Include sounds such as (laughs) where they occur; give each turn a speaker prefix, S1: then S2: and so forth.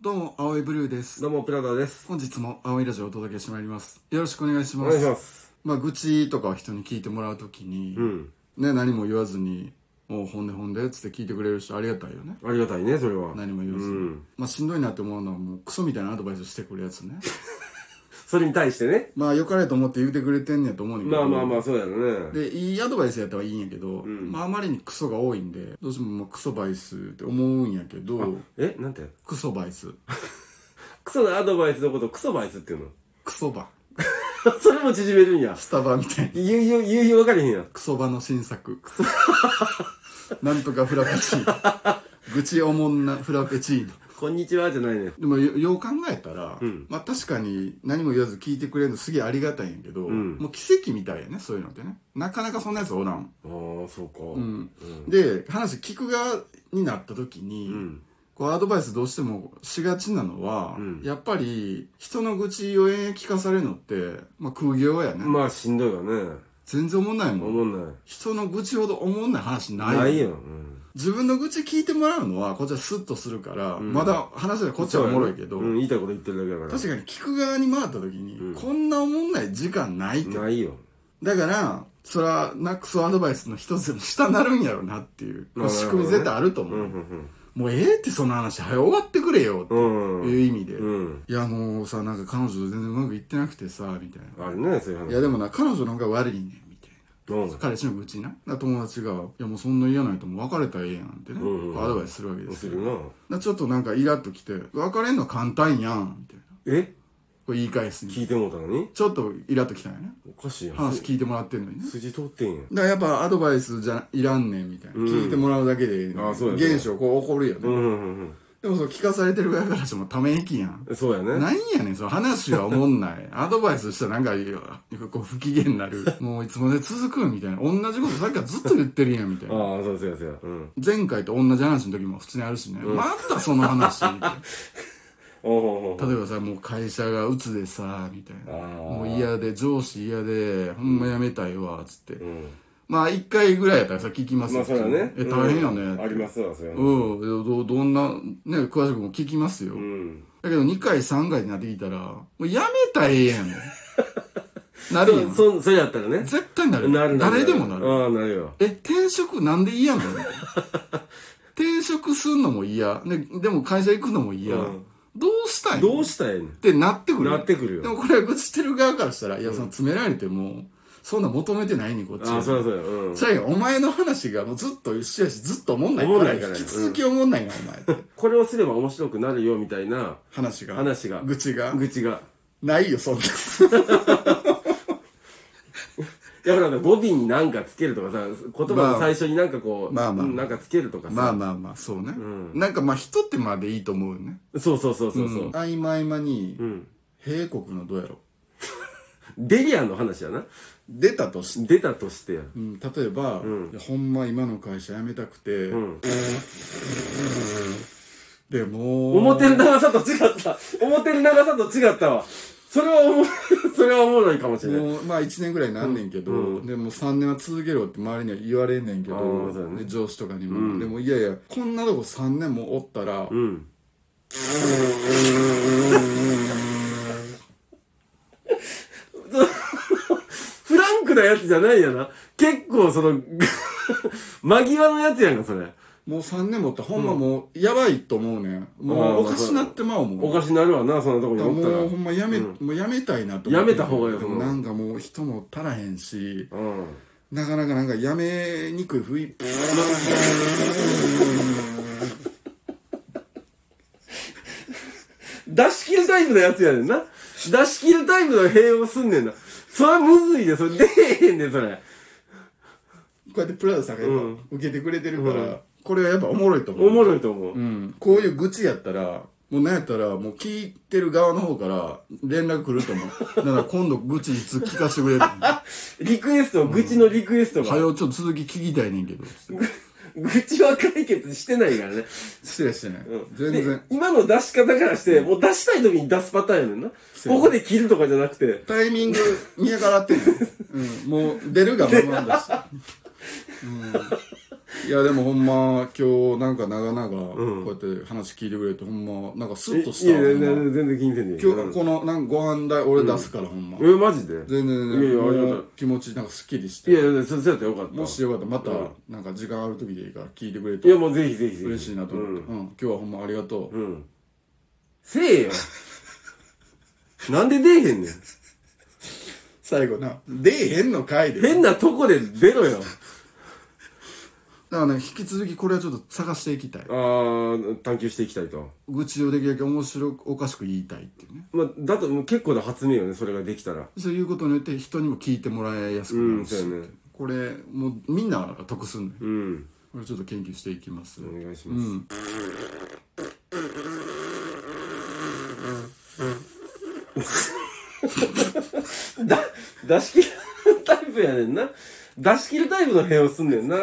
S1: どうも、青いブルーです。
S2: どうも、プラダです。
S1: 本日も青いラジオをお届けしてまいります。よろしくお願いし
S2: お
S1: ます。
S2: 願いします。
S1: まあ、愚痴とかを人に聞いてもらうときに、
S2: うん。
S1: ね、何も言わずに、もうほんでほんでっつって聞いてくれる人ありがたいよね。
S2: ありがたいね、それは。
S1: 何も言わずに。
S2: うん。
S1: まあ、しんどいなって思うのは、もうクソみたいなアドバイスしてくるやつね。
S2: それに対してね。
S1: まあ、良かれと思って言うてくれてんねやと思うねんだ
S2: ま
S1: け
S2: あ
S1: ど。
S2: まあまあ、そうやろね。
S1: で、いいアドバイスやったらいいんやけど、
S2: ん
S1: まあ、あまりにクソが多いんで、どうしてももうクソバイスって思うんやけど、
S2: え、なんて
S1: クソバイス。
S2: クソなアドバイスのこと、クソバイスっていうの
S1: クソバ。
S2: (laughs) それも縮めるんや。
S1: スタバみたいな。
S2: 言う、言う、言う、言う分かれへんやん。
S1: クソバの新作。 (laughs) なんとかフラペチーノ。愚痴おもんなフラペチーノ。
S2: こんにちは、じゃないね。
S1: でもよよう考えたら、
S2: うん
S1: まあ確かに何も言わず聞いてくれるのすげえありがたいんやけど、
S2: うん
S1: もう奇跡みたいやね、そういうのってね。なかなかそんなやつおらん。
S2: ああ、そうか。う
S1: うん。で、話聞く側になった時に、
S2: うん。
S1: こうアドバイスどうしてもしがちなのは、
S2: うん
S1: やっぱり人の愚痴を延々聞かされるのって、まあ空業やね。
S2: まあ、しんどいわね。
S1: 全然おもんないもん。
S2: 思んな。
S1: 人の愚痴ほどおもんない話ないいよ
S2: ないよ。うん。
S1: 自分の愚痴聞いてもらうのはこっちはスッとするから、
S2: ん
S1: まだ話はこっちはおもろいけど、
S2: うん、言いたいこと言ってるだけだから。
S1: 確かに聞く側に回った時に、
S2: うん
S1: こんなおもんない時間ないって、
S2: ないよ。
S1: だからそれはナックスアドバイスの一つでも下なるんやろうなっていう、
S2: まあ
S1: 仕組み絶対あると
S2: うん、
S1: 思
S2: う
S1: う、
S2: ん、
S1: もうええってその話早終わってくれよっ
S2: うん。
S1: て
S2: うん。
S1: いう意味で、
S2: うん。
S1: いやもうさなんか彼女と全然うまくいってなくてさみたいな、
S2: あるね、そういう話。
S1: いやでもな彼女の方が悪いねんみたいな
S2: うん。
S1: 彼氏の愚痴なだから友達が「いやもうそんな嫌ないともう別れたらええやん」ってね、
S2: うんうん
S1: アドバイスするわけです
S2: す
S1: よ
S2: るな。
S1: なちょっとなんかイラッときて、別れんの簡単やん、みたいな。
S2: え
S1: これ言い返すに。
S2: 聞いてもうたのに
S1: ちょっとイラッときたんやね。
S2: おかしいやん。
S1: 話聞いてもらってんのにね。
S2: 筋通ってんやん。
S1: だからやっぱアドバイスじゃいらんねんみたいな。
S2: うん
S1: 聞いてもらうだけでいいねん
S2: あそうやね
S1: 現象こう起こるよ
S2: う
S1: ね。
S2: んうん
S1: でもそう聞かされてる側からしてもため息やん。
S2: うん。そうやね。
S1: なんやねん、その話は思んない。アドバイスしたらなんかいいよこう不機嫌にな
S2: (laughs)
S1: る。もういつまで続くみたいな。同じことさっきからずっと言ってるやん、みたいな。
S2: ああ、そうやそうやそうや。うん。
S1: 前回と同じ話の時も普通にあるしね。またその話。みたいな
S2: おうおうおう
S1: 例えばさもう会社が鬱でさみたいな
S2: あー
S1: もう嫌で上司嫌でほんま辞めたいわっつって、
S2: うん。
S1: まあ1回ぐらいやったらさ聞きます
S2: まあ、そうやね。
S1: え大変よね、
S2: うんありますわ、そうやね。
S1: うんどどどんなね詳しくも聞きますよ、
S2: うん。
S1: だけど2回3回になってきたらもう辞めたらええやんなるや
S2: そ、
S1: ん
S2: そ、それやったらね。
S1: 絶対なる
S2: なるなる
S1: 誰でもなる
S2: ああ、なるよ。
S1: え転職なんで嫌なの転職すんのも嫌、ね、でも会社行くのも嫌、
S2: うん
S1: どうしたいの
S2: どう
S1: っ
S2: したらええねん
S1: てなってくる
S2: なってくる
S1: で
S2: よ。
S1: もこれは愚痴ってる側からしたら、いや、その詰められても、そんな求めてないねんこっち
S2: あ
S1: は。
S2: あ、そうやそうや。うん
S1: じ。ゃあお前の話がもうずっと一緒やし、ずっと思んない
S2: おもんないから
S1: 引
S2: ね
S1: き続き思んないな、お前って。
S2: これをすれば面白くなるよ、みたいな
S1: 話が。
S2: 話が。
S1: 愚痴が。
S2: 愚痴が。
S1: ないよ、そんな。
S2: いや、ほら、語尾になんかつけるとかさ、言葉の最初になんかこう、
S1: まあまあ
S2: うんなんかつけるとかさ。
S1: まあまあまあ、そうね。
S2: ん
S1: なんかまあ、ひと手間でいいと思うよね。
S2: そうそうそうそう
S1: う
S2: そ
S1: ん
S2: う。
S1: 合間合間に
S2: う、ん。
S1: 平国のどうやろ。
S2: デリアンの話やな。
S1: 出たとして、
S2: 出たとしてや。
S1: うん、例えば、
S2: うん
S1: いやほんま今の会社辞めたくて、
S2: うん。
S1: でも、
S2: 表の長さと違った。表の長さと違ったわ。それはおもろい、 (laughs) それはおもろいかもしれない。
S1: もうまあ1年ぐらいなんねんけど、
S2: うんう
S1: でも3年は続けろって周りには言われんねんけど
S2: あーそうだね
S1: で上司とかにも、
S2: うん
S1: でもいやいやこんなとこ3年もおったら、
S2: うん。 (laughs) フランクなやつじゃないやな。結構その、 (laughs) 間際のやつやんか、それ。
S1: もう3年もおったらほんまもうやばいと思うねんも
S2: あー
S1: うおかしなってまうもん
S2: おかしになるわな、そんなとこに
S1: だから
S2: お
S1: も
S2: ったら。
S1: う
S2: う
S1: ほんまやめ、
S2: う
S1: もうやめたいなと思って
S2: やめた方がいいよ
S1: でも
S2: そんな
S1: なんかもう人も足らへんし
S2: ん。
S1: なかなかなんかやめにくい雰
S2: (laughs)
S1: 囲気
S2: 出し切るタイプのやつやねんな。出し切るタイプの併用すんねんな。それはむずいで、それ出えへんで、そ
S1: こ
S2: れ。
S1: うやってプラザさんがやっぱ
S2: うん
S1: 受けてくれてるから、
S2: うん
S1: これはやっぱおもろいと思う
S2: おもろいと思う。
S1: うん、こういう愚痴やったら、もうなんやったら、もう聞いてる側の方から連絡来ると (laughs) 思う。だから今度愚痴いつ聞かせてくれる。は
S2: リクエスト、愚痴のリクエストが。
S1: よ、ちょっと続き聞きたいねんけど。
S2: 愚痴は解決してないからね。
S1: 失礼してね
S2: うん。
S1: 全
S2: で
S1: 然。
S2: 今の出し方からして、もう出したい時に出すパターンやねんな。こ
S1: うや
S2: こで切るとかじゃなくて、
S1: タイミング見計らってんの、うん、もう出るがままだし。いやでもほんま今日なんか長々こ
S2: うん
S1: うやって話聞いてくれてほんまなんかス
S2: え
S1: ッとし
S2: い
S1: た
S2: や
S1: わ
S2: いや
S1: ほんま
S2: 全然気にせんでいい
S1: 今日このなんかご飯代俺出すからほんま
S2: えマジで
S1: 全然全
S2: いやいやあ
S1: 然
S2: りがとう
S1: もう気持ちなんかすっきりし
S2: いや
S1: て
S2: いやそそうやったらよかった
S1: もしよかったらまた
S2: うん
S1: なんか時間ある時でいいから聞いてくれ
S2: い
S1: た
S2: や
S1: ら
S2: もうぜひぜひぜひ
S1: 嬉しいなと思ってうん今日はほんまありがとう
S2: うん、うん、せえ
S1: (laughs)
S2: よなんで出えへんねん
S1: 最後な出えへんのかいで
S2: 変なとこで出ろよ
S1: だからね引き続きこれはちょっと探していきたい
S2: あー探求していきたいと
S1: 愚痴をできるだけ面白くおかしく言いたいっていうね
S2: まあだともう結構な発明よねそれができたら
S1: そういうことによって人にも聞いてもらいやすく
S2: う
S1: なる
S2: ん
S1: し、
S2: そうやね
S1: これもうみんなが得すんね
S2: うん
S1: これちょっと研究していきます、
S2: お願いします、 (laughs) だ出し切るタイプやねんな出し切るタイプの部屋をすんねんな